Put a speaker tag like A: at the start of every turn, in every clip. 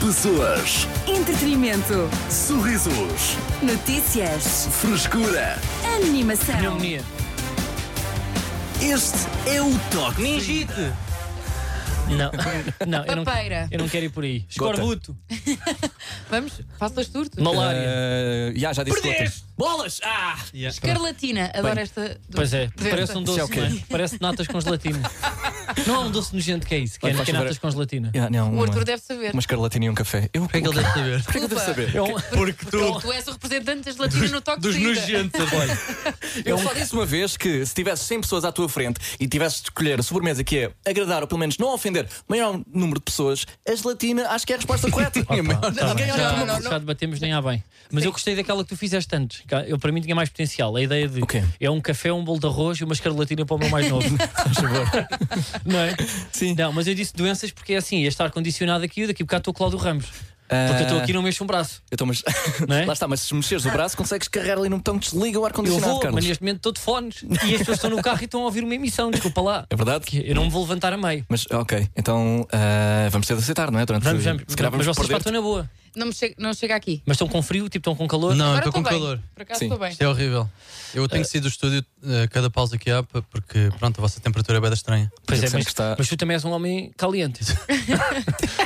A: Pessoas,
B: Entretenimento.
A: sorrisos,
B: Notícias.
A: frescura.
B: Animação.
C: Pneumonia.
A: Este é o toque.
C: Meningite. Não, não, eu não,
D: Papeira.
C: eu não quero ir por aí. Escorbuto.
D: Vamos, faças surto.
C: Malária.
E: Ah, já, já disse
C: Perdeste! Bolas! Ah!
D: Escarlatina, adoro esta. do-
C: Pois é,
D: doença.
C: parece um doce,
E: Isso é o quê?
C: não é? Parece natas com gelatina. Não há um doce nojento que é isso, que é,
E: Olha,
C: que é
E: faz
C: natas com gelatina.
E: Yeah, não,
D: O
E: uma,
D: Arthur deve saber.
E: uma escarlatina e um café. Eu, o que é que
C: deve saber?
E: eu devo saber?
C: É um,
F: Porque tu.
D: Tu és o representante da gelatina no toque
F: Dos
D: de saída.
F: nojentos, olha.
E: Eu só disse uma vez que se tivesse 100 pessoas à tua frente e tivesse de escolher a sobremesa que é agradar ou pelo menos não ofender o maior número de pessoas, a gelatina acho que é a resposta correta. É a maior- Ninguém olha
C: já,
E: para uma-
C: já debatemos nem há bem. Mas eu gostei daquela que tu fizeste antes. Cá, Eu, para mim tinha mais potencial. A ideia de
E: O quê?
C: é um café, um bolo de arroz e uma escarlatina para o meu mais novo. Faz favor. Não é?
E: Sim.
C: Não, mas eu disse doenças porque é assim, ia estar condicionado aqui e daqui a bocado estou o Cláudio Ramos. Porque eu estou aqui e não mexo um braço.
E: Então, mas...
C: Não é?
E: Lá está, mas se mexeres o braço, consegues carregar ali num botão que desliga o
C: Eu
E: ar-condicionado,
C: vou, mas
E: Carlos.
C: neste momento estou de fones e as pessoas estão no carro e estão a ouvir uma emissão, desculpa lá.
E: É verdade?
C: Que Eu não me vou levantar a meio.
E: Mas, ok, então ah, vamos ter de aceitar, não é? Durante
C: Vamos, vamos.
E: Se calhar
C: mas
E: vamos
C: vocês pá,
E: perder.
C: estão na boa.
D: Não, me chega, não chega aqui.
C: Mas estão com frio, tipo estão com calor.
F: Não,
D: Agora
F: estou com
D: bem.
F: calor.
D: Por acaso
E: Sim.
D: estou bem.
F: Isto é horrível. Eu tenho que sair do estúdio eh, cada pausa que há, pa- porque pronto, a vossa temperatura é bem estranha.
C: Pois é,
E: Sempre
C: mas,
E: que está-
C: mas tu também és um homem caliente.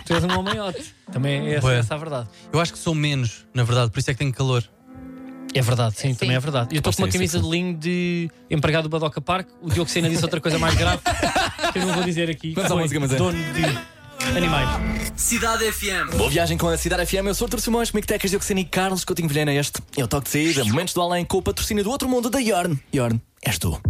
C: tu és um homem hot. Também é essa,
F: Ué.
C: essa a verdade.
F: Eu acho que sou menos, na verdade, por isso é que tenho calor.
C: É verdade, sim,
D: Sim.
C: também é verdade. Eu estou com uma
E: Aposto
C: camisa de linho de empregado do Badoca Park. O Diogo Sena disse outra coisa mais grave que eu não vou dizer aqui.
E: Vamos à
C: Foi
E: música, mas é.
C: Dono de animais.
A: Cidade FM.
E: Boa viagem com a Cidade FM, eu sou o Artur Simões, comigo Tecas Diocesano e Carlos Coutinho Vilhena. Este é o Toque de Saída, Momentos do Além, com o patrocínio do Outro Mundo da Yorn. Yorn, és tu.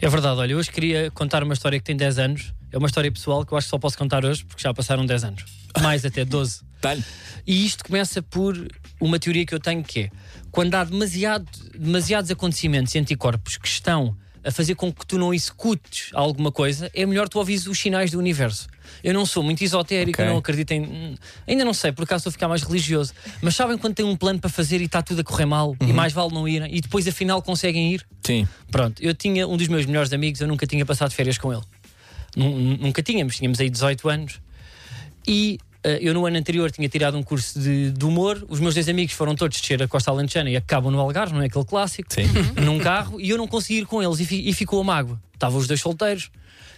C: É verdade, olha, hoje queria contar uma história que tem 10 anos. É uma história pessoal que eu acho que só posso contar hoje porque já passaram 10 anos. Mais até 12.
E: Talho.
C: E isto começa por uma teoria que eu tenho que é quando há demasiado, demasiados acontecimentos e anticorpos que estão a fazer com que tu não executes alguma coisa, é melhor tu ouvires os sinais do universo. Eu não sou muito esotérico,
E: Ok.
C: eu não acredito em. hum, Ainda não sei, por acaso estou a ficar mais religioso. Mas sabem quando têm um plano para fazer e está tudo a correr mal e mais vale não irem e depois afinal conseguem ir?
E: Sim.
C: Pronto, eu tinha um dos meus melhores amigos, eu nunca tinha passado férias com ele. Nun- nun- Nunca tínhamos, tínhamos aí 18 anos. E eh, eu no ano anterior tinha tirado um curso de, de humor. Os meus dois amigos foram todos descer a Costa Alentejana e acabam no Algarve, não é aquele clássico,
E: Sim.
C: num carro, e eu não consegui ir com eles e, fi- e ficou a mágoa. Estavam os dois solteiros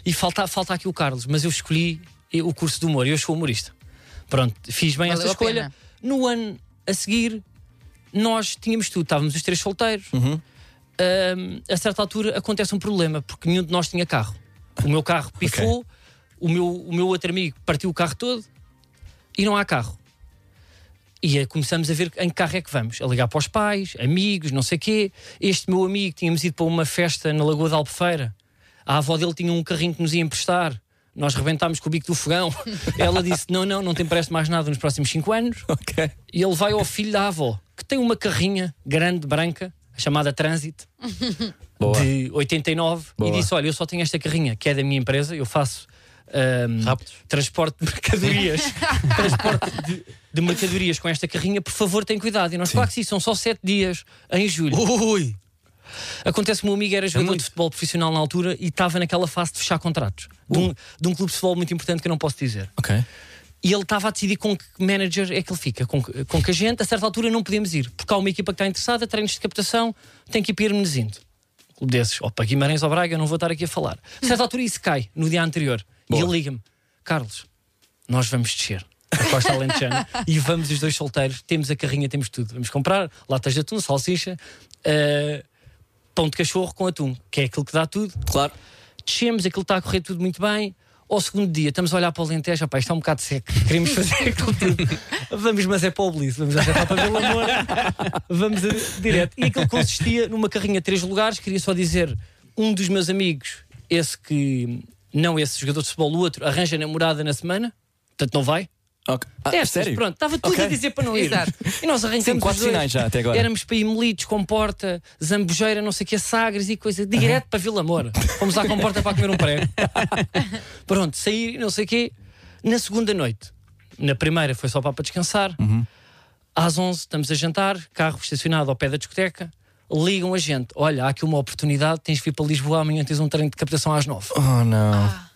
C: e falta, falta aqui o Carlos, mas eu escolhi eh, o curso de humor, eu sou humorista. Pronto, fiz bem
D: Valeu
C: essa
D: a
C: escolha.
D: pena.
C: No ano a seguir, nós tínhamos tudo, estávamos os três solteiros. Ahm, a certa altura acontece um problema, porque nenhum de nós tinha carro. O meu carro pifou, o, meu, o meu outro amigo partiu o carro todo e não há carro. E eh, começamos a ver em que carro é que vamos. A ligar para os pais, amigos, não sei quê. Este meu amigo, tínhamos ido para uma festa na Lagoa da Albufeira. A avó dele tinha um carrinho que nos ia emprestar. Nós rebentámos com o bico do fogão. Ela disse: Não, não, não te empresto mais nada nos próximos cinco anos
E: Ok.
C: e ele vai ao filho da avó, que tem uma carrinha grande, branca, chamada Transit,
E: Boa.
C: de 89,
E: Boa.
C: e disse: Olha, eu só tenho esta carrinha, que é da minha empresa, eu faço ahm,
F: Raptos.
C: transporte de mercadorias. transporte de, de mercadorias com esta carrinha, por favor, tem cuidado. E nós, claro que sim, são só sete dias em julho.
F: Ui!
C: Acontece que o meu amigo era jogador
F: muito.
C: de futebol profissional na altura e estava naquela fase de fechar contratos de, um, de um clube de futebol muito importante que eu não posso dizer.
E: Ok.
C: E ele estava a decidir com que manager é que ele fica, com que, com que a gente, a certa altura não podemos ir, porque há uma equipa que está interessada, treinos de captação, tem que ir para Irmenes indo. Um clube desses, ou para Guimarães ou Braga, eu não vou estar aqui a falar. A certa altura isso cai, no dia anterior. E ele liga-me: Carlos, nós vamos descer. a Costa Alentejana e vamos os dois solteiros, temos a carrinha, temos tudo. Vamos comprar latas de atum, salsicha, ah, pão de cachorro com atum, que é aquilo que dá tudo
E: Claro.
C: descemos, aquilo está a correr tudo muito bem. Ao segundo dia, estamos a olhar para o Alentejo, rapaz, está um bocado seco, queremos fazer aquilo tudo. Vamos, mas é para o Bliss, vamos acertar para Vila Moura, vamos a- direto. E aquilo consistia numa carrinha de três lugares, queria só dizer, um dos meus amigos, esse que, não esse jogador de futebol, o outro, arranja namorada na semana, portanto não vai.
E: Ok. Ah,
C: Testes,
E: sério?
C: É, pronto, estava tudo
E: Ok.
C: a dizer para não ir.
D: Exato.
C: E nós arrancamos
E: Sim, quatro
C: os dois.
E: sinais já até agora.
C: Éramos para Imelitos, Comporta, Zambujeira, não sei o que, Sagres e coisa, direto para Vila Moura. Fomos à Comporta para comer um prego. pronto, sair e não sei o quê. Na segunda noite, na primeira foi só para para descansar.
E: Uhum.
C: Às 11 estamos a jantar, carro estacionado ao pé da discoteca. Ligam a gente, olha, há aqui uma oportunidade, tens de vir para Lisboa, amanhã tens um treino de captação às 9.
E: Oh, não.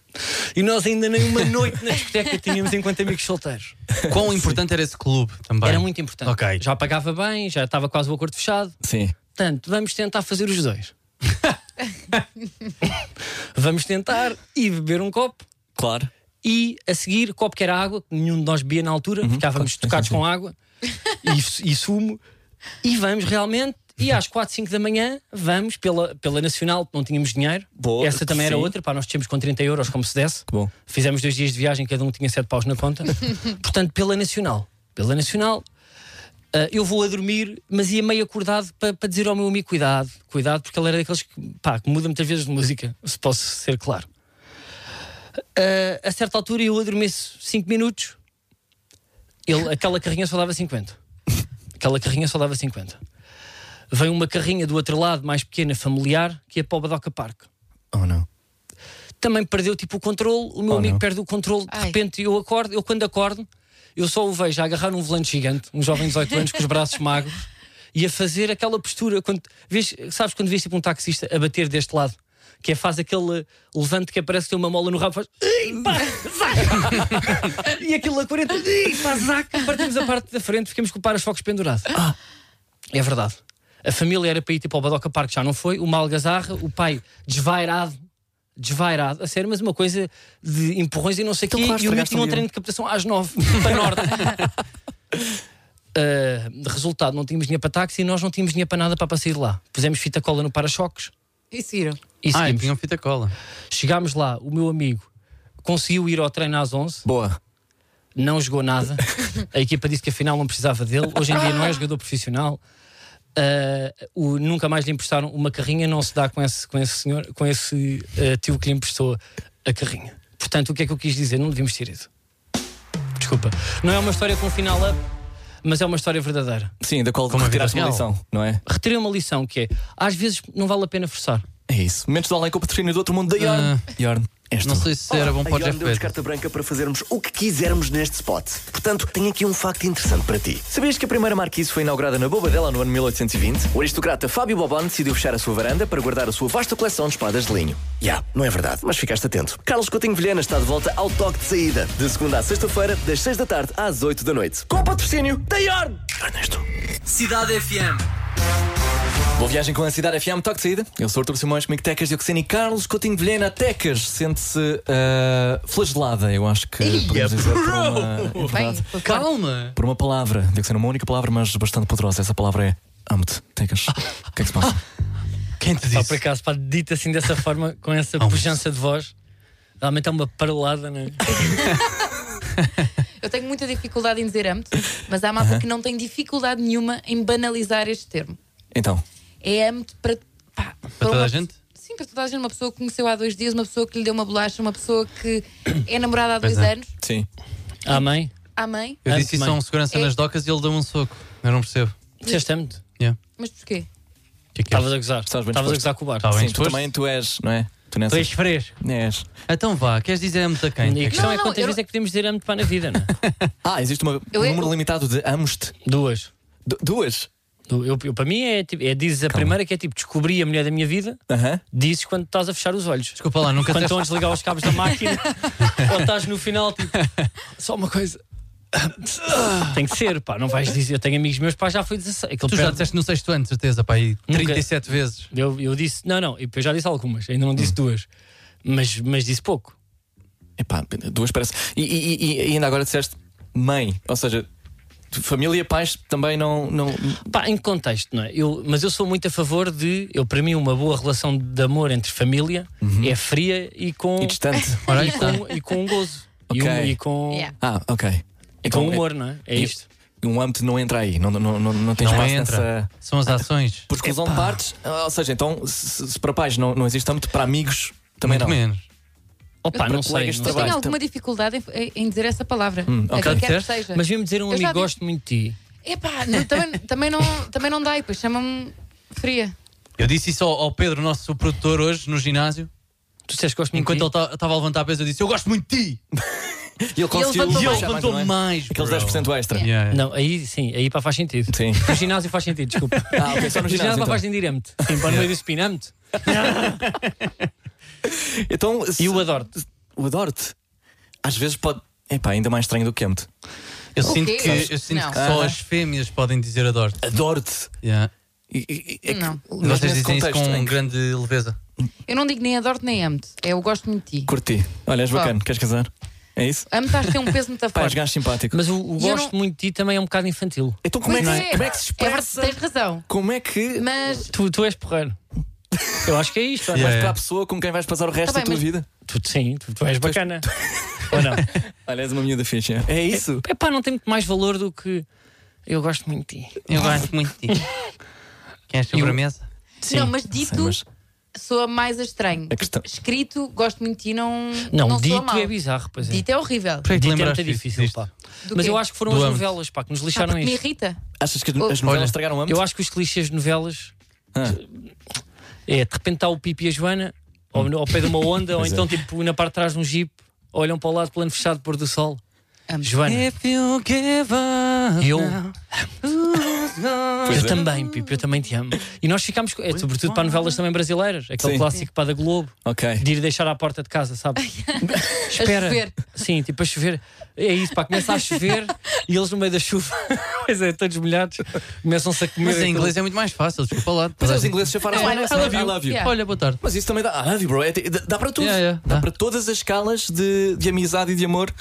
C: E nós ainda nem uma noite na discoteca tínhamos enquanto amigos solteiros.
F: Quão importante era esse clube também?
C: Era muito importante.
F: Ok.
C: Já pagava bem, já estava quase o acordo fechado.
E: Sim.
C: Portanto, vamos tentar fazer os dois. vamos tentar e beber um copo
E: Claro.
C: e a seguir copo que era água, que nenhum de nós bebia na altura,
E: Uhum.
C: ficávamos tocados com água e, e sumo, e vamos realmente.
E: Uhum.
C: E às 4, 5 da manhã vamos pela, pela Nacional, não tínhamos dinheiro.
E: Boa,
C: Essa também era
E: sim.
C: outra, pá, nós tínhamos com 30 euros, como se desse.
E: Que bom.
C: Fizemos dois dias de viagem, cada um tinha 7 paus na conta. Portanto, pela Nacional. Pela Nacional. ah, eu vou a dormir, mas ia meio acordado para dizer ao meu amigo: cuidado, cuidado, porque ele era daqueles que, pá, que muda muitas vezes de música, se posso ser claro. Ah, a certa altura eu adormeço 5 minutos, ele, aquela carrinha só dava 50. Aquela carrinha só dava 50. Vem uma carrinha do outro lado, mais pequena, familiar, que é para o Badoca Park
E: Oh, não.
C: também perdeu tipo o controle, o meu
E: Oh,
C: amigo
E: não.
C: perde o controle, de
D: Ai.
C: repente eu acordo, eu quando acordo, eu só o vejo a agarrar um volante gigante, um jovem de 18 anos com os braços magros e a fazer aquela postura quando vês, sabes quando vês tipo um taxista a bater deste lado, que é faz aquele levante que parece que tem uma mola no rabo, faz "Ei, pá, zac!" e aquilo a 40, "Ei, pá, zac!" partimos a parte da frente, ficamos com o para-choques pendurado. É verdade. A família era para ir tipo ao Badoca Parque, já não foi. Uma algazarra, o pai desvairado, desvairado, a sério, mas uma coisa de empurrões e não sei o quê.
E: claro,
C: E o meu
E: estragaste
C: tinha
E: um
C: um
E: guião.
C: treino de captação às nove, para norte. Uh, resultado, não tínhamos dinheiro para táxi e nós não tínhamos dinheiro para nada para, para sair de lá. Pusemos fita cola no para-choques
D: E seguiram.
C: e
F: Ah, e
C: seguimos.
F: tinham fita cola.
C: Chegámos lá, o meu amigo conseguiu ir ao treino às 11,
E: Boa.
C: não jogou nada. A equipa disse que afinal não precisava dele. Hoje em dia não é jogador profissional. Ah, o, nunca mais lhe emprestaram uma carrinha, não se dá com esse, com esse senhor, com esse ah, tio que lhe emprestou a carrinha. Portanto, o que é que eu quis dizer? Não devíamos ter ido. Desculpa. Não é uma história com final up, mas é uma história verdadeira.
E: Sim, da qual
F: Como a vida
E: retiraste uma
F: real.
E: lição, não é?
C: Retirei uma lição que é: às vezes não vale a pena forçar.
E: É isso. Momentos de além com o patrocínio do outro mundo da Yorn. Yorn. És
F: Ah, Não
E: tu.
F: sei se era bom para o
G: a Ion
F: Jeff
G: deu-nos
F: Bezos.
G: carta branca para fazermos o que quisermos neste spot. Portanto, tenho aqui um facto interessante para ti.
E: Sabias que a primeira marquise foi inaugurada na Bobadela no ano 1820? O aristocrata Fábio Bobon decidiu fechar a sua varanda para guardar a sua vasta coleção de espadas de linho.
G: Já, não é verdade, mas ficaste atento.
E: Carlos Coutinho Vilhena está de volta ao toque de saída, de segunda à sexta-feira, das 6 da tarde às 8 da noite. Com o patrocínio da Yorn.
G: Ernesto.
A: Cidade FM.
E: Boa viagem com a Cidade FM Toque de Saída. Eu sou o Artur Simões, comigo Tecas de Oxina e Carlos Coutinho de Vilhena. Tecas sente-se ah, flagelada, eu acho que
F: é
E: podemos dizer por uma, é
D: Bem,
E: verdade,
F: Calma!
E: por uma palavra. Deve ser uma única palavra, mas bastante poderosa. Essa palavra é amo-te. Tecas,
D: Ah.
E: o que é que se passa?
F: Quem te
C: Só por
F: disse?
C: acaso, pá, dito assim dessa forma, com essa pujança de voz, realmente é uma paralada, não é?
D: eu tenho muita dificuldade em dizer amo mas há malta que não tem dificuldade nenhuma em banalizar este termo.
E: Então,
D: É amo para. pá, para
F: toda
D: uma
F: a gente?
D: pe- Sim, para toda a gente. Uma pessoa que conheceu há dois dias, uma pessoa que lhe deu uma bolacha, uma pessoa que é namorada há
F: Pois
D: dois
F: é.
D: anos,
E: sim.
C: Amém?
D: à mãe.
F: Eu
C: Antes
F: disse isso a um
C: também.
F: segurança
D: É.
F: nas docas e ele deu um soco. Eu não percebo.
C: Disseste-me?
F: Yeah.
D: Mas porquê?
F: O que é que é?
C: Estavas a gozar.
E: Estavas
C: Estavas
E: bem
C: a
E: disposto.
C: gozar com o bar.
F: Estava Tá bem
E: sim, tu
F: disposto?
E: também tu és, não é? Tu
C: Tu
E: nessas.
C: és fresco.
E: És.
F: Então vá, queres dizer amo-te
C: E
F: a
C: a
F: quem?
C: questão
D: Não,
C: é
D: não,
C: quantas
D: eu-
C: vezes é que podemos dizer amo-te pá na vida, não é?
E: Ah, existe uma-
D: Eu-
E: um
D: eu-
E: número limitado de amos-te.
C: Duas.
E: Du- duas?
C: Du- Eu, eu- para mim é, tipo, é dizes a primeira que é tipo descobri a mulher da minha vida,
E: Aham.
C: dizes quando estás a fechar os olhos.
F: Desculpa lá, nunca
C: Quando
F: disseste.
C: estão a desligar os cabos da máquina ou estás no final, tipo, só uma coisa. Tem que ser, pá, não vais dizer. Eu tenho amigos meus, pá, já foi 16. Aquele
F: Tu já
C: perde-
F: disseste no sexto ano, de certeza, pá, aí
C: Nunca.
F: 37 vezes.
C: eu, eu disse, não, não, eu já disse algumas, ainda não disse duas, mas, mas disse pouco.
E: Epá, duas parece. E, e- e- e ainda agora disseste mãe, ou seja, tu- família, pais também não. não...
C: Pá, em contexto, não é? Eu, mas eu sou muito a favor de. Eu, para mim, uma boa relação de amor entre família é fria e com.
E: Uhum. E distante.
F: Ora, aí
C: e,
F: está.
C: com e com um gozo. E,
E: Ok.
C: um- e com.
D: Yeah.
E: Ah, ok.
C: E com humor, não é? É
E: e-
C: isto.
E: Um âmbito não entra aí, não, não, não, não Ah, tem
F: Não
E: espaço
F: entra.
E: nessa.
F: São as ações.
E: Por exclusão de partes, ou seja, então, se, se para pais não, não existe âmbito, para amigos também
F: Muito
E: não.
F: menos.
C: Opa, não
E: para
C: sei.
E: colegas de
C: não
E: trabalho.
D: Eu
C: sei.
D: tenho
E: Vai,
D: alguma dificuldade em, em- em dizer essa palavra.
E: ok.
D: A quem quer que
F: então. Hum, Disseste?
D: seja.
C: Mas mesmo dizer a um
D: Eu já
C: amigo,
D: disse.
C: gosto muito de ti.
D: Epá, não, também, também, não, também não dá e depois chama-me fria.
F: Eu disse isso ao, ao Pedro, nosso produtor, hoje no ginásio.
C: Tu disseste que gosto muito
F: Enquanto
C: de
F: ele estava a levantar a peso, eu disse: Eu gosto muito de ti!
E: E ele conseguiu.
F: E ele
E: puxar mais,
F: levantou
E: não é?
F: mais.
E: Aqueles
F: bro.
E: 10% extra.
F: Yeah, yeah.
C: Não, aí sim, aí pá faz sentido.
E: Sim.
C: No ginásio faz sentido, desculpa.
E: Ah, ok, só no
C: No ginásio
E: ginásio.
C: pá,
E: Então.
C: faz sentido, amo-te. Sim, pá, no meio do spin, amo-te.
E: Então, se-
C: E o adoro-te.
E: eu adoro-te. Às vezes pode. Epá, ainda mais estranho do que amo-te.
F: Eu
D: O
F: sinto
D: quê?
F: que, eu sinto
D: Não.
F: que
E: Ah.
F: só as fêmeas podem dizer adoro-te.
E: Adoro-te.
F: Yeah.
E: E- e- e- é que
D: Não.
E: nós
F: Vocês
E: nesse
F: dizem isso
E: contexto,
F: com um
E: em que
F: grande leveza.
D: Eu não digo nem adoro-te nem amo-te. É eu gosto muito de ti.
E: Curti. Olha, és
D: Pá.
E: bacana, queres casar? É isso?
D: Amo-te, acho que tem um peso muito
E: Pá, és
D: forte.
E: gajo simpático.
C: Mas o, o
D: E eu
C: gosto
D: não-
C: muito de ti também é um bocado infantil.
E: Então como é, que,
D: Pois
E: como é que se
D: verdade,
E: expressa?
D: tens razão.
E: como é que
D: Mas
C: Tu, tu és porreiro. Eu acho que é isto.
E: vais
F: Yeah.
E: para a pessoa com quem vais passar o resto
D: Tá bem,
E: da tua
D: mas-
E: vida?
C: Tu, sim, tu, tu és bacana. Ou não?
E: Olha, és uma miúda fixe. é? É isso?
C: Epá, não tem muito mais valor do que eu gosto muito de ti.
F: Eu gosto muito de ti. Queres sobremesa?
C: Sim.
D: não, mas dito
E: Sei, mas É
D: soa mais a estranho.
E: a questão.
D: Escrito, gosto muito de ti, não,
C: Não,
D: soa
C: dito
D: mal.
C: é bizarro, pois é.
D: Dito é horrível.
F: Porquê que
C: Dito é
F: lembraste
C: muito difícil,
F: disto?
C: pá.
D: Do
C: Mas
D: quê?
C: eu acho que foram
F: Do
C: as
F: âmbito.
C: novelas, pá, que é nos
D: Ah,
C: lixaram
D: porque me
C: isto.
D: irrita.
E: Achas que as
D: Oh.
E: novelas
F: Olha,
E: estragaram a
C: Eu acho que os clichês de novelas
E: Ah.
C: é de repente está o Pipo e a Joana, ou no- ao pé de uma onda, ou
E: é.
C: então tipo na parte de trás de um jeep, olham para o lado, plano fechado, pôr do sol.
D: Amo.
C: Joana,
E: É,
F: If you give up
C: eu,
F: now.
E: Pois
C: eu
E: é.
C: também, Pipo, eu também te amo. E nós ficámos, co- é, sobretudo para novelas também brasileiras, aquele
E: Sim.
C: clássico pá da Globo.
E: Ok.
C: De ir deixar à porta de casa, sabe? Espera.
D: chover.
C: Sim, tipo a chover. É isso, pá, começa a chover e eles no meio da chuva, pois é, todos molhados, começam-se a comer.
F: Mas em
C: aquilo.
F: inglês é muito mais fácil, desculpa lá.
E: Mas é
F: Toda a
E: os
F: gente-
E: ingleses chafaram
D: É, I love you. Yeah.
F: Olha, boa tarde.
E: Mas isso também dá. I love you, bro. É, dá- dá para tudo.
F: Yeah, yeah,
E: dá
F: dá.
E: para todas as escalas de, de amizade e de amor.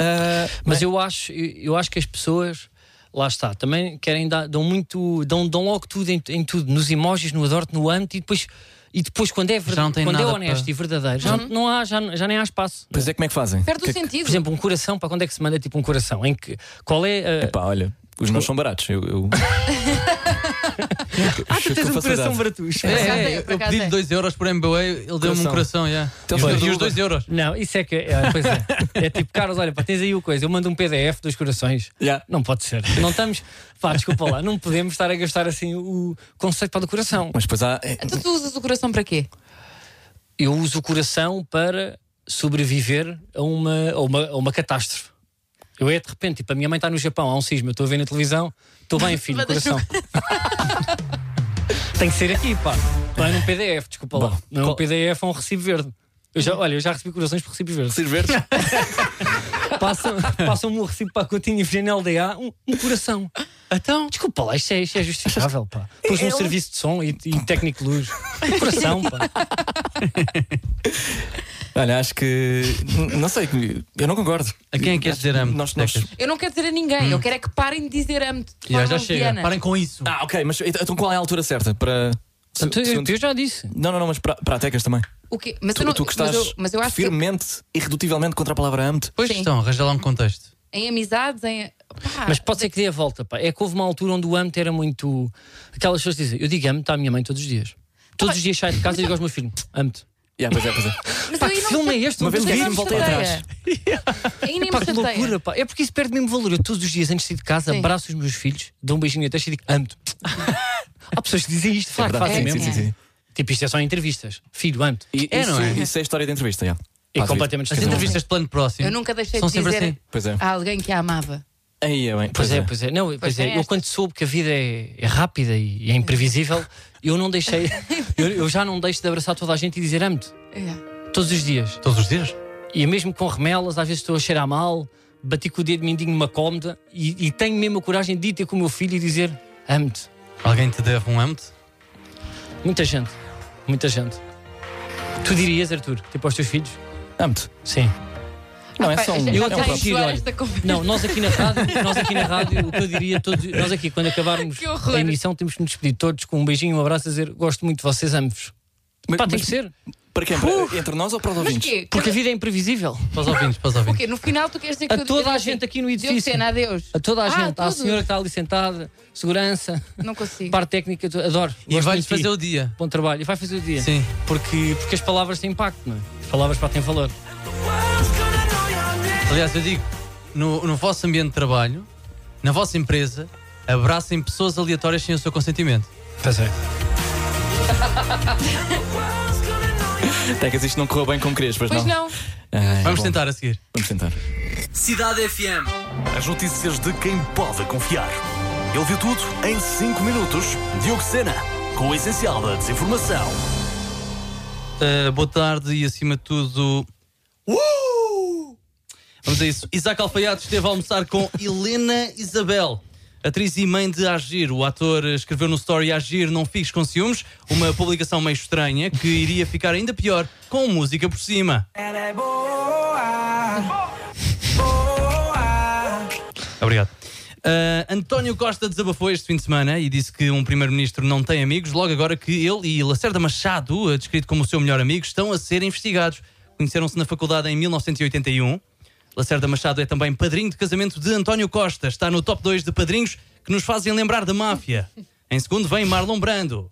E: Ah,
F: é
C: Mas eu acho, eu acho que as pessoas, lá está, também querem dar, dão muito, dão, dão logo tudo em, em tudo, nos emojis, no adorte, no ante e depois, e depois quando é,
F: Já
C: verdade,
F: não tem
C: quando é
F: nada
C: honesto
F: para-
C: e verdadeiro, já, não há, já, já nem há espaço.
E: pois é, como é que fazem?
D: Perde
E: Que-
D: o sentido.
C: Por exemplo, um coração, para quando é que se manda tipo um coração? Em que, qual é a-
E: Pá, olha, os
D: Tipo-
E: meus são baratos. Eu. eu... ah,
C: Tu tens um coração baratucho.
F: É,
D: acaso é,
F: eu
D: por acaso
F: pedi
D: é.
F: 2 euros por MBA, ele deu-me um
E: Coração.
F: coração, yeah.
E: Então
F: e
E: foi.
F: os- e os 2 euros.
C: Não, isso é que é, pois é. É tipo, Carlos, olha, pá, tens aí o coisa, eu mando um PDF dos corações.
E: Yeah.
C: Não pode ser. Não estamos, pá, desculpa lá, não podemos estar a gastar assim o conceito para o coração.
E: Mas depois há. é,
D: Então tu usas o coração para quê?
C: Eu uso o coração para sobreviver a uma, a uma, a uma catástrofe. Eu é de repente, tipo, a minha mãe está no Japão, há um sismo, eu estou a ver na televisão, estou bem, filho,
D: Deixa-me-
C: coração. Tem que ser aqui, pá. Não é num PDF, desculpa lá. Não é um
E: qual-
C: PDF, é um recibo verde. Eu já, olha, eu já recebi corações por recibo verde.
E: Vocês verdes?
C: Passam- Passam-me o um recibo para a Coutinho e Virginia LDA, um, um coração. Então, desculpa lá, isto é, isto é justificável, pá. Pôs num serviço de som e, e técnico de luz. Um Coração, pá.
E: Olha, acho que. Não sei, eu não concordo.
F: A quem é que queres dizer amo?
E: Nós, nós...
F: Tecas?
D: Eu não quero dizer a ninguém, eu quero é que parem de dizer amo-te. de
F: Yeah,
D: forma
F: já chega,
D: leviana.
F: parem com isso.
E: Ah, ok, mas então qual é a altura certa para. Então, um
C: Portanto, eu, eu já disse.
E: Não, não, não, mas para, para a Tecas também.
D: O quê? Mas,
E: Tu,
D: eu não,
E: tu que
D: mas,
E: estás
D: eu, mas eu acho
E: firmemente, irredutivelmente contra a palavra amo-te.
F: Pois
D: Sim.
F: estão, arranja lá um contexto.
D: que em amizades, em. Pá,
C: Ah. Mas pode ser que dê a volta, pá. É que houve uma altura onde o amo era muito. Aquelas pessoas dizem, eu digo amo-te à minha mãe todos os dias. Todos os dias saio de casa e digo aos meus filhos, amo-te.
E: Yeah, pois é, pois é.
D: mas
C: Pá,
D: aí
C: que
D: não
C: filme
D: sei-
C: é este?
E: Uma vez
D: Mas
E: vi
D: aí
E: e
D: não
E: me
D: me
E: voltei atrás.
D: chateia. Aí nem
C: Pá,
D: me
C: que
D: chateia.
C: loucura, pá. É porque isso perde mesmo valor. Eu todos os dias, antes de sair de casa,
D: Sim.
C: abraço os meus filhos, dou um beijinho na testa e digo amo-te. Há pessoas que dizem isto, claro, que é, fazem
E: Sim,
C: mesmo.
E: sim, sim, sim.
C: Tipo, isto é só em entrevistas. Filho, amo-te.
E: E,
F: É,
E: isso,
F: não é?
E: Isso é a história da entrevista, yeah.
C: É
E: Pá,
C: completamente
F: As
E: Cada um.
F: entrevistas de plano próximo
D: Eu nunca deixei
F: são
D: de
F: sempre
D: dizer
F: assim.
E: Pois é.
D: a alguém que a amava.
E: Aí é bem.
C: Pois é, pois é. Não, pois,
D: Pois
C: é.
D: é
C: Eu
D: esta.
C: quando soube que a vida é, é rápida e é imprevisível, eu não deixei. eu, eu já não deixo de abraçar toda a gente e dizer amo-te.
D: É.
C: Todos os dias.
F: Todos os dias?
C: E mesmo com remelas, às vezes estou a cheirar mal, bati com o dedo mindinho numa cómoda e, e tenho mesmo a coragem de ir ter com o meu filho e dizer amo-te.
F: Alguém te deve um amo-te?
C: Muita gente. Muita gente. Tu dirias, Arthur, tipo aos teus filhos?
E: Amo-te.
C: Sim.
E: Não, é
D: Pá,
E: só um.
D: Ah, já- tá
C: eu
D: já
E: é um
C: até
D: tenho
E: papo.
D: que
C: giro,
D: zoar
C: olha.
D: esta conversa.
C: Não, nós aqui na rádio, nós aqui na rádio, o que eu diria, todos, nós aqui, quando acabarmos
D: Que horror.
C: a emissão, temos que nos despedir todos com um beijinho, um abraço, a dizer gosto muito de vocês, amo-vos.
E: Mas-
C: Pá, tem
E: mas
C: que ser,
E: Para quem? Para- Entre nós ou para os
D: Mas
E: ouvintes?
D: quê?
C: porque a vida é imprevisível.
F: Para os ouvintes, para os
D: O
F: ouvintes.
D: quê? No final tu queres dizer que
C: A
D: eu- eu
C: toda a
D: digo assim,
C: gente aqui no
D: Diogo
C: edifício.
D: Sena, adeus.
C: A toda a
D: Ah,
C: gente, à
D: todos.
C: senhora que está ali sentada, segurança,
D: Não consigo.
C: parte técnica, tu- adoro.
F: E
C: gosto
F: vai-lhes
C: muito de ti.
F: fazer o dia.
C: Bom trabalho, e vai fazer o dia.
F: Sim.
C: Porque, porque as palavras têm impacto, não é? As palavras para têm valor.
F: Aliás, eu digo, no, no vosso ambiente de trabalho, na vossa empresa, abracem pessoas aleatórias sem o seu consentimento.
C: Pois é.
E: Tecas, isto não correu bem como querias, pois,
D: Pois
E: não?
D: não.
E: Ai,
F: Vamos
E: bom,
F: tentar a seguir.
E: Vamos tentar.
A: Cidade FM.
H: As notícias de quem pode confiar. Ele viu tudo em 5 minutos. Diogo Sena, com o essencial da desinformação.
F: Ah, Uh, boa tarde e acima de tudo. Uh! Vamos a isso. Isaac Alfaiate esteve a almoçar com Helena Isabel. Atriz e mãe de Agir, o ator escreveu no story Agir não fiques com ciúmes, uma publicação meio estranha que iria ficar ainda pior com música por cima. Obrigado. Ah, António Costa desabafou este fim de semana e disse que um primeiro-ministro não tem amigos, logo agora que ele e Lacerda Machado, ah, descrito como o seu melhor amigo, estão a ser investigados. Conheceram-se na faculdade em 1981. Lacerda Machado é também padrinho de casamento de António Costa. Está no top 2 de padrinhos que nos fazem lembrar da máfia. Em segundo vem Marlon Brando.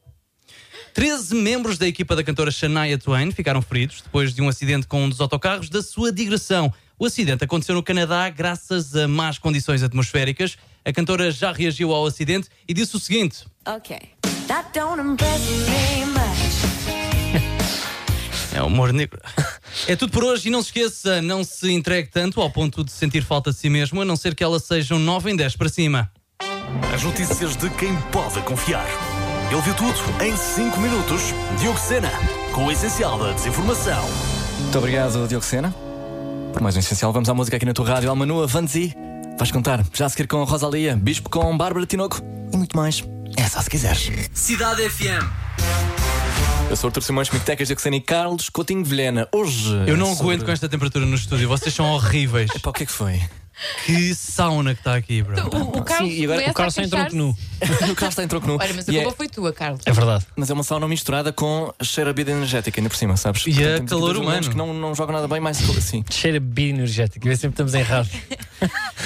F: 13 membros da equipa da cantora Shania Twain ficaram feridos depois de um acidente com um dos autocarros da sua digressão. O acidente aconteceu no Canadá graças a más condições atmosféricas. A cantora já reagiu ao acidente e disse o seguinte:
I: Okay. That don't impress me much.
F: É humor negro. É tudo por hoje e não se esqueça, não se entregue tanto ao ponto de sentir falta de si mesmo, a não ser que ela seja um 9 em 10 para cima.
H: As notícias de quem pode confiar. Ele viu tudo em 5 minutos. Diogo Sena, com o essencial da desinformação.
E: Muito obrigado, Diogo Sena. Por mais um essencial, vamos à música aqui na tua rádio. Almanua, Vanzi, vais contar. Já a seguir com a Rosalia, Bispo com Bárbara Tinoco e muito mais. É só se quiseres.
A: Cidade FM.
E: Eu sou o Artur Simões, Mictecas, Diogo Sena e Carlos Coutinho de Vilhena. Hoje.
F: Eu não
E: é sobre-
F: aguento com esta temperatura no estúdio, vocês são horríveis.
E: Pá, o que é que foi?
F: Que sauna que está aqui, bro.
D: O, o Carlos
C: Sim, e agora o
D: começa
C: Carlos um
D: a
C: só entrou
D: queixar-se.
C: nu.
E: o Carlos está em troco nu.
D: Olha, mas a
E: E é-
D: culpa foi tua, Carlos.
C: É verdade.
E: Mas é uma sauna misturada com cheiro a bebida energética, ainda por cima, sabes?
F: E é
E: temos aqui
F: calor
E: dois
F: humano.
E: alunos que não, não jogam nada bem, mais assim.
C: Cheira bem energética. Vê sempre estamos errados.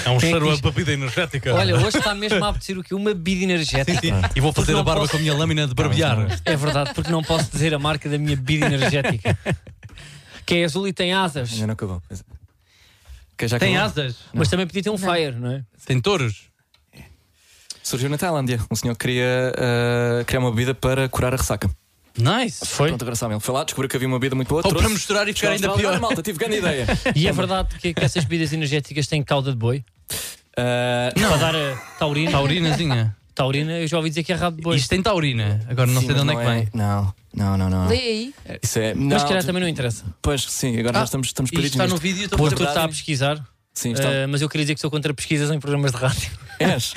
F: É
C: Quem é
F: um
C: que
F: cheiro a
C: diz?
F: bebida energética.
C: Olha, hoje está mesmo a apetecer o que? Uma bebida energética.
F: Sim, E vou fazer
C: não
F: a barba
C: posso-
F: com a minha lâmina de barbear.
C: É verdade, porque não posso dizer a marca da minha bebida energética. Que é azul e tem asas.
E: Ainda não acabou. Pois é. Que já
F: Tem
E: acabou.
F: asas?
C: Mas também podia ter um fire, não é?
F: Tem touros?
E: Surgiu na Tailândia. Um senhor queria ah, criar uma bebida para curar a ressaca.
F: Nice!
C: Foi.
E: Pronto, agora sabem. Ele foi lá, descobriu que havia uma bebida muito boa.
F: Ou
E: trouxe,
F: para misturar e
E: chegou
F: ficar
E: a
F: ainda
E: Portugal.
F: pior.
E: Olha, malta, tive grande ideia.
C: E é verdade que, que essas bebidas energéticas têm cauda de boi.
E: Ah,
C: Para dar a taurina.
F: Taurinazinha.
C: Taurina, eu já ouvi dizer que é rabo de boi.
F: Isto tem taurina. Agora não
E: sim,
F: sei de
E: mas
F: onde é que vem.
E: Não, não, não, não.
D: Lê aí.
E: Isso é. Não,
C: Mas se calhar também Ah, não interessa.
E: Pois, sim, agora nós estamos, estamos
F: Isto
E: perdidos
F: está no
E: nisto.
F: vídeo,
C: O
F: estou a
C: Arthur
E: verdade.
C: está a pesquisar.
E: Sim, está. É,
C: eh, mas eu queria dizer que sou contra pesquisas em programas de rádio.
E: És?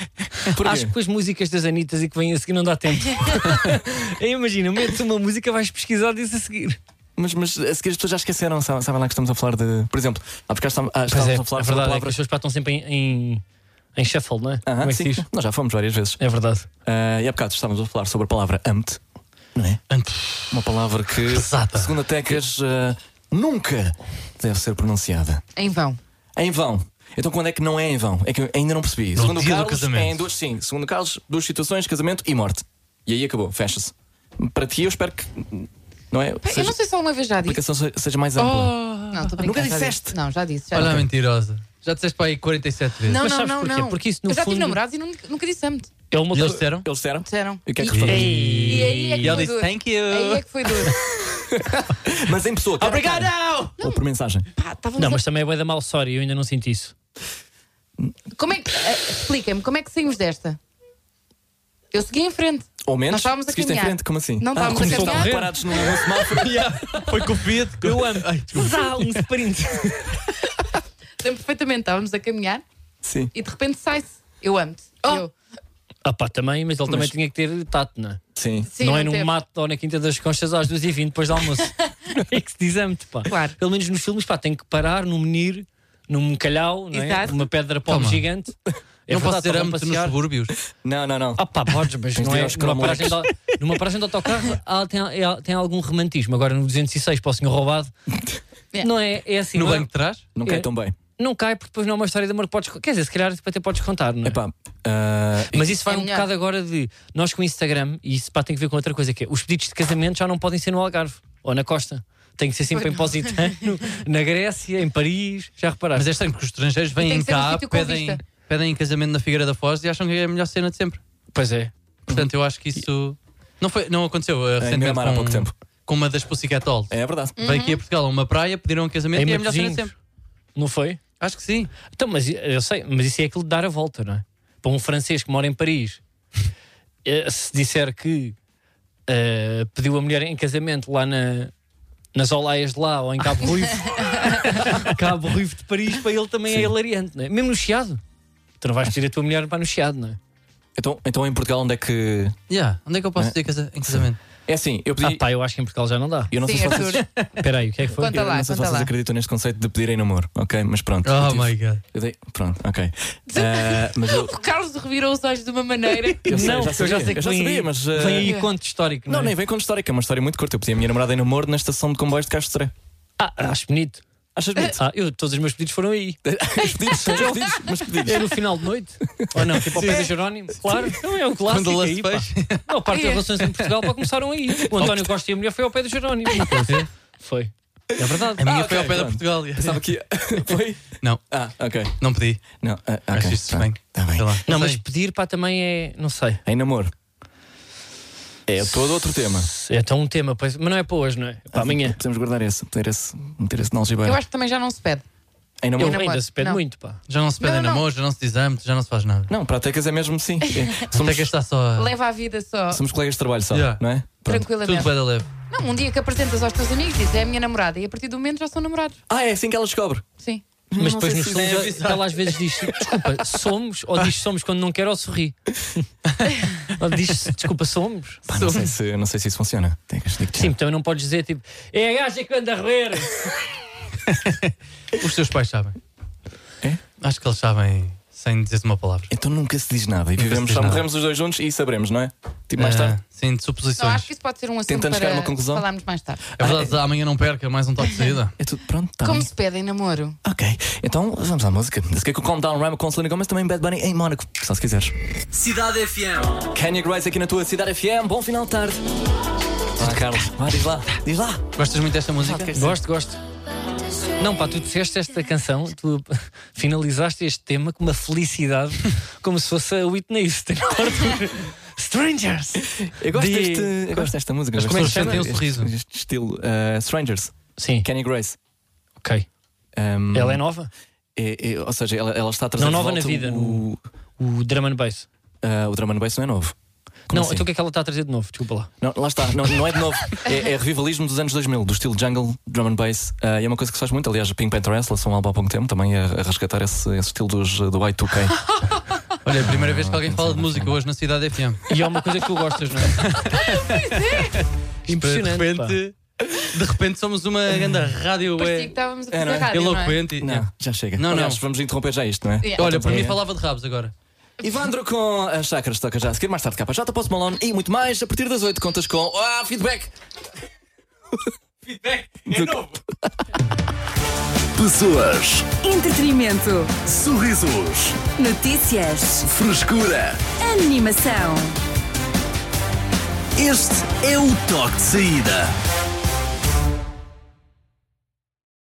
E: Porquê?
C: Acho que com as músicas das Anitas e que vêm a seguir não dá tempo. Eh, Imagina, metes uma música, vais pesquisar disso a seguir.
E: Mas, mas a seguir as pessoas já esqueceram, sabem, sabem lá que estamos a falar de. Por exemplo, há porque estávamos ah,
C: Pois
E: estávamos
C: é,
E: a falar
C: a
E: sobre
C: verdade é que as
E: palavras.
C: pessoas pá, estão sempre em, em, em shuffle, não é?
E: Aham,
C: Como é que
E: sim.
C: se diz?
E: Nós já fomos várias vezes.
C: É verdade.
E: Ah, e há bocado estávamos a falar sobre a palavra amt, não é?
F: Amt.
E: Uma palavra que,
F: Pesada.
E: segundo a Tecas, ah, nunca deve ser pronunciada.
D: Em vão.
E: É em vão. Então quando é que não é em vão? É que eu ainda não percebi. segundo o
F: dia do
E: Carlos,
F: casamento.
E: é em duas, sim. Segundo o Carlos, duas situações, casamento e morte. E aí acabou, fecha-se. Para ti, eu espero que. Não é?
D: Pá, Eu
E: Seja-
D: não sei se alguma vez já
E: a
D: disse.
E: aplicação se- seja mais ampla.
D: Não, estou a brincar,
E: Nunca
D: já
E: disseste.
D: disse. Não, já disse. Já
F: Olha a
D: disse.
F: mentirosa. Já disseste para aí 47 vezes.
D: Não,
C: Mas
D: não,
C: sabes
D: não,
C: porquê?
D: não.
C: Porque isso, no
D: Eu já
C: fundo-
D: tive namorados e não, nunca disse amo-te.
C: É uma
F: E
C: coisa.
F: eles
D: Oh.
F: disseram?
E: Eles disseram?
D: Disseram.
E: E o que é que
D: E-
E: respondes?
D: E aí é que
F: E ela
D: foi
F: disse
D: duro.
F: thank
D: Aí é
F: you.
D: que foi duro.
E: Mas em pessoa. cara a cara.
F: Obrigado!
E: Ou por mensagem.
D: Pá, um estávamos
C: Não,
D: a-
C: mas também é bué da mal, sorry, eu ainda não sinto isso.
D: Como é que. eh, Explica-me, como é que saímos desta? Eu segui em frente.
E: Ou menos.
D: Nós estávamos a
E: seguiste em
D: caminhar.
E: frente, como assim?
D: Não estávamos a
E: como
D: caminhar.
E: estavam parados no no semáforo.
F: Foi com o Fiat.
C: Eu amo. Zá, um sprint.
D: Lembro perfeitamente, estávamos a caminhar
E: Sim.
D: e de repente sai-se. Eu amo-te. Eu.
C: Ah pá, também, mas ele também
E: Mas-
C: tinha que ter tato, não é?
E: Sim.
D: Sim,
C: não é num
D: teve.
C: mato ou na Quinta das Conchas às 2h20 depois do almoço. é que se dizemos, pá.
D: Claro.
C: Pelo menos nos filmes, pá, tem que parar num menir, num calhau, não é?
D: Exato.
C: Uma pedra pão
F: Calma.
C: gigante. É
F: Eu
C: verdade,
F: posso dizer
C: estavam a
F: amo nos
C: passear.
F: subúrbios.
E: Não, não, não.
C: Ah pá, podes, mas
E: Tens de
C: não
E: ir
C: é,
E: aos
C: numa, paragem
E: cromoleques.
C: de, au- numa paragem de autocarro ela tem, ela tem algum romantismo. Agora no 206 para o senhor roubado.
D: É.
C: Não é, é assim.
F: No
C: não, é?
F: banco de trás?
E: Não cai
C: É.
E: tão bem.
C: não cai porque depois não é uma história de amor que podes. Quer dizer, se calhar até podes contar, não é?
E: Epá. ah,
C: Mas isso vai
D: É
C: um
D: melhor.
C: bocado agora de nós com o Instagram, e isso pá, tem que ver com outra coisa, que é os pedidos de casamento já não podem ser no Algarve ou na Costa. Tem que ser sempre em Positano, na Grécia, em Paris, já reparaste.
F: Mas é estranho porque os estrangeiros
D: tem
F: vêm
D: que ser num
F: cá,
D: sítio com
F: pedem,
D: vista.
F: pedem em casamento na Figueira da Foz e acham que é a melhor cena de sempre.
C: pois é.
F: Portanto, eu acho que isso não, foi, não aconteceu uh, recentemente
E: Miramar há
F: com,
E: pouco tempo.
F: com uma das Pussycat Dolls.
E: É verdade.
D: Uhum.
F: Veio aqui a Portugal a uma praia, pediram um casamento
C: Em
F: e é a melhor cena de
C: Matosinhos.
F: sempre.
C: Não foi?
F: Acho que sim.
C: Então, mas eu sei, mas isso é aquilo de dar a volta, não é? Para um francês que mora em Paris, eh, se disser que eh, pediu a mulher em casamento lá na, nas olaias de lá ou em Cabo Ruivo, Cabo Ruivo de Paris, para ele também é hilariante, não é? Mesmo no Chiado. Tu não vais pedir a tua mulher para no Chiado, não é?
E: Então, então em Portugal, onde é que.
F: Yeah, onde é que eu posso
E: É.
F: dizer casa- em casamento?
E: É assim, eu pedi.
C: Ah, pá, eu acho que em Portugal já não dá.
E: Eu não sei
D: Sim, é
E: se
D: Arthur.
E: vocês, eu
C: Espera aí, o que é que foi?
D: Conta lá,
E: não sei se
D: conta
E: vocês
D: lá.
E: acreditam neste conceito de pedir em namoro, ok? Mas pronto. eu
F: Oh
E: tive-
F: my god.
E: eu dei- Pronto, ok. Ah, mas eu.
D: O Carlos revirou os olhos de uma maneira.
E: Eu sei,
C: não,
E: já
C: porque eu já
E: sabia,
C: sei que
E: eu já
C: vem
E: sabia,
C: aí,
E: mas, eh,
C: vem aí conto histórico. Não,
E: Não,
C: é?
E: nem vem com histórica, é uma história muito curta. Eu pedi a minha namorada em namoro na estação de comboios de Castro de Sá.
C: Ah, acho bonito.
E: Achas bonito?
C: Ah, eu, todos os meus pedidos foram aí.
E: Os pedidos, são os pedidos, mas
C: É
E: pedidos.
C: no final de noite? Ou não? Tipo ao pé de Jerónimo? Claro, É. não é um clássico.
F: Quando o lance
C: aí, pá.
F: fez.
C: Não, a parte das relações em Portugal pá, começaram aí. O António Costa e a mulher foi ao pé de Jerónimo. Foi. É verdade.
F: A minha
E: Ah,
F: foi ao
E: ok,
F: pé da
E: pronto.
F: Portugal. yeah.
E: Estava aqui. é? Foi?
F: Não,
E: Ah, ok.
F: não pedi.
E: Não, ah, ok.
F: Acho isto
E: tá,
F: bem.
E: tá bem.
F: Sei lá.
C: Não, mas
F: sei.
C: pedir pá também é. Não sei.
E: Em namoro. É todo outro tema. Assim,
C: É tão um tema, pois- mas não é para hoje, não é? Para amanhã.
E: Podemos guardar esse, meter esse, meter esse na algibeira.
D: Eu acho que também já não se pede.
E: Em namoro.
C: Eu ainda
D: namoro.
C: se pede
D: Não.
C: muito, pá.
F: Já não se pedem
D: Não, não.
F: namoro, já não se diz âmbito, já não se faz nada.
E: Não, para atecas é mesmo sim. É,
F: Até
E: somos,
F: que está só.
D: Leva a vida só,
E: somos colegas de trabalho só,
F: Yeah.
E: não é? Pronto.
F: Tudo
D: tranquilamente.
F: bem da leve.
D: Não, um dia que apresentas aos teus amigos, dizes é a minha namorada, e a partir do momento já são namorados.
E: Ah, é assim que ela descobre.
D: Sim.
C: Mas depois
E: sei
C: nos
E: se
C: somos,
E: isso é
C: ela- ela às vezes diz desculpa, somos, ou diz somos quando não quer ou sorri. Ou diz desculpa, somos.
E: Pá, não, sei se, não sei se isso funciona. Tem que dizer que
C: Sim, também não podes dizer tipo, é a gaja que anda a roer.
F: Os teus pais sabem.
E: É?
F: Acho que eles sabem sem dizer uma palavra.
E: Então nunca se diz nada e vivemos,
F: diz
E: só
F: nada.
E: morremos os dois juntos e saberemos, não é? Tipo mais
F: Ah,
E: tarde.
F: Sim, de
D: Não,
F: suposições.
D: acho que isso pode ser um assunto
E: Tentando
D: para
E: chegar a uma conclusão?
D: falarmos mais tarde.
F: É verdade, amanhã não perca mais um toque de saída.
E: É tudo pronto, tá
D: Como
E: bem.
D: se pedem namoro?
E: Ok, então vamos à música. A seguir com o Countdown Rhyme com Selena Gomez, também Bad Bunny em Mónaco, só se quiseres.
A: Cidade FM.
E: Kanye Grace aqui na tua Cidade FM, bom final de tarde. Vai, Carlos, vai, diz lá, diz lá.
F: Gostas muito desta música?
C: Gosto, gosto. Não, pá, tu disseste esta canção, tu finalizaste este tema com uma felicidade, como se fosse a Whitney Houston. Strangers!
E: Eu gosto,
C: De-
E: deste, eu gosto desta música.
F: Mas
E: eu
F: como é que
E: gosto
F: chama?
E: deste-
F: Tem um sorriso.
E: Este, este estilo eh, Strangers,
C: Sim,
E: Kanye Grace.
C: ok.
E: Um,
C: Ela é nova?
E: é- é- ou seja, ela, ela está a trazer
C: Não
E: de
C: nova na
E: volta
C: vida,
E: O,
C: O Drum and Bass.
E: eh, o drum and bass não é novo. Como
C: não,
E: assim?
C: então o que é que ela está a trazer de novo? Desculpa lá.
E: Não, lá está, não, não é de novo. É, é revivalismo dos anos 2000, do estilo jungle, drum and bass. Ah, e é uma coisa que se faz muito. Aliás, a Pink Panther Wrestler são um álbum há pouco tempo também a, a resgatar esse, esse estilo dos, do Y2K.
F: Olha, é a primeira vez que alguém fala de música hoje na cidade FM.
C: E é uma coisa que tu gostas, não é? Impressionante.
F: De
C: pá.
F: repente, de repente somos uma grande rádio
D: Parecia que
F: é,
D: estávamos a
E: É,
D: fazer
E: não é?
D: rádio, não é?
F: eloquente. e-
E: Não, já chega.
F: Não,
E: Aliás,
F: não.
E: vamos interromper já isto, não é?
D: Yeah.
F: Olha, para mim
E: É.
F: falava de rabos agora.
E: Ivandro com as chakras toca já a seguir, mais tarde capa já Post Malone e muito mais. A partir das 8 contas com. Ah, feedback! feedback! É novo!
H: Pessoas,
B: Entretenimento.
H: sorrisos,
B: Notícias.
H: frescura.
B: Animação.
H: Este é o toque de saída.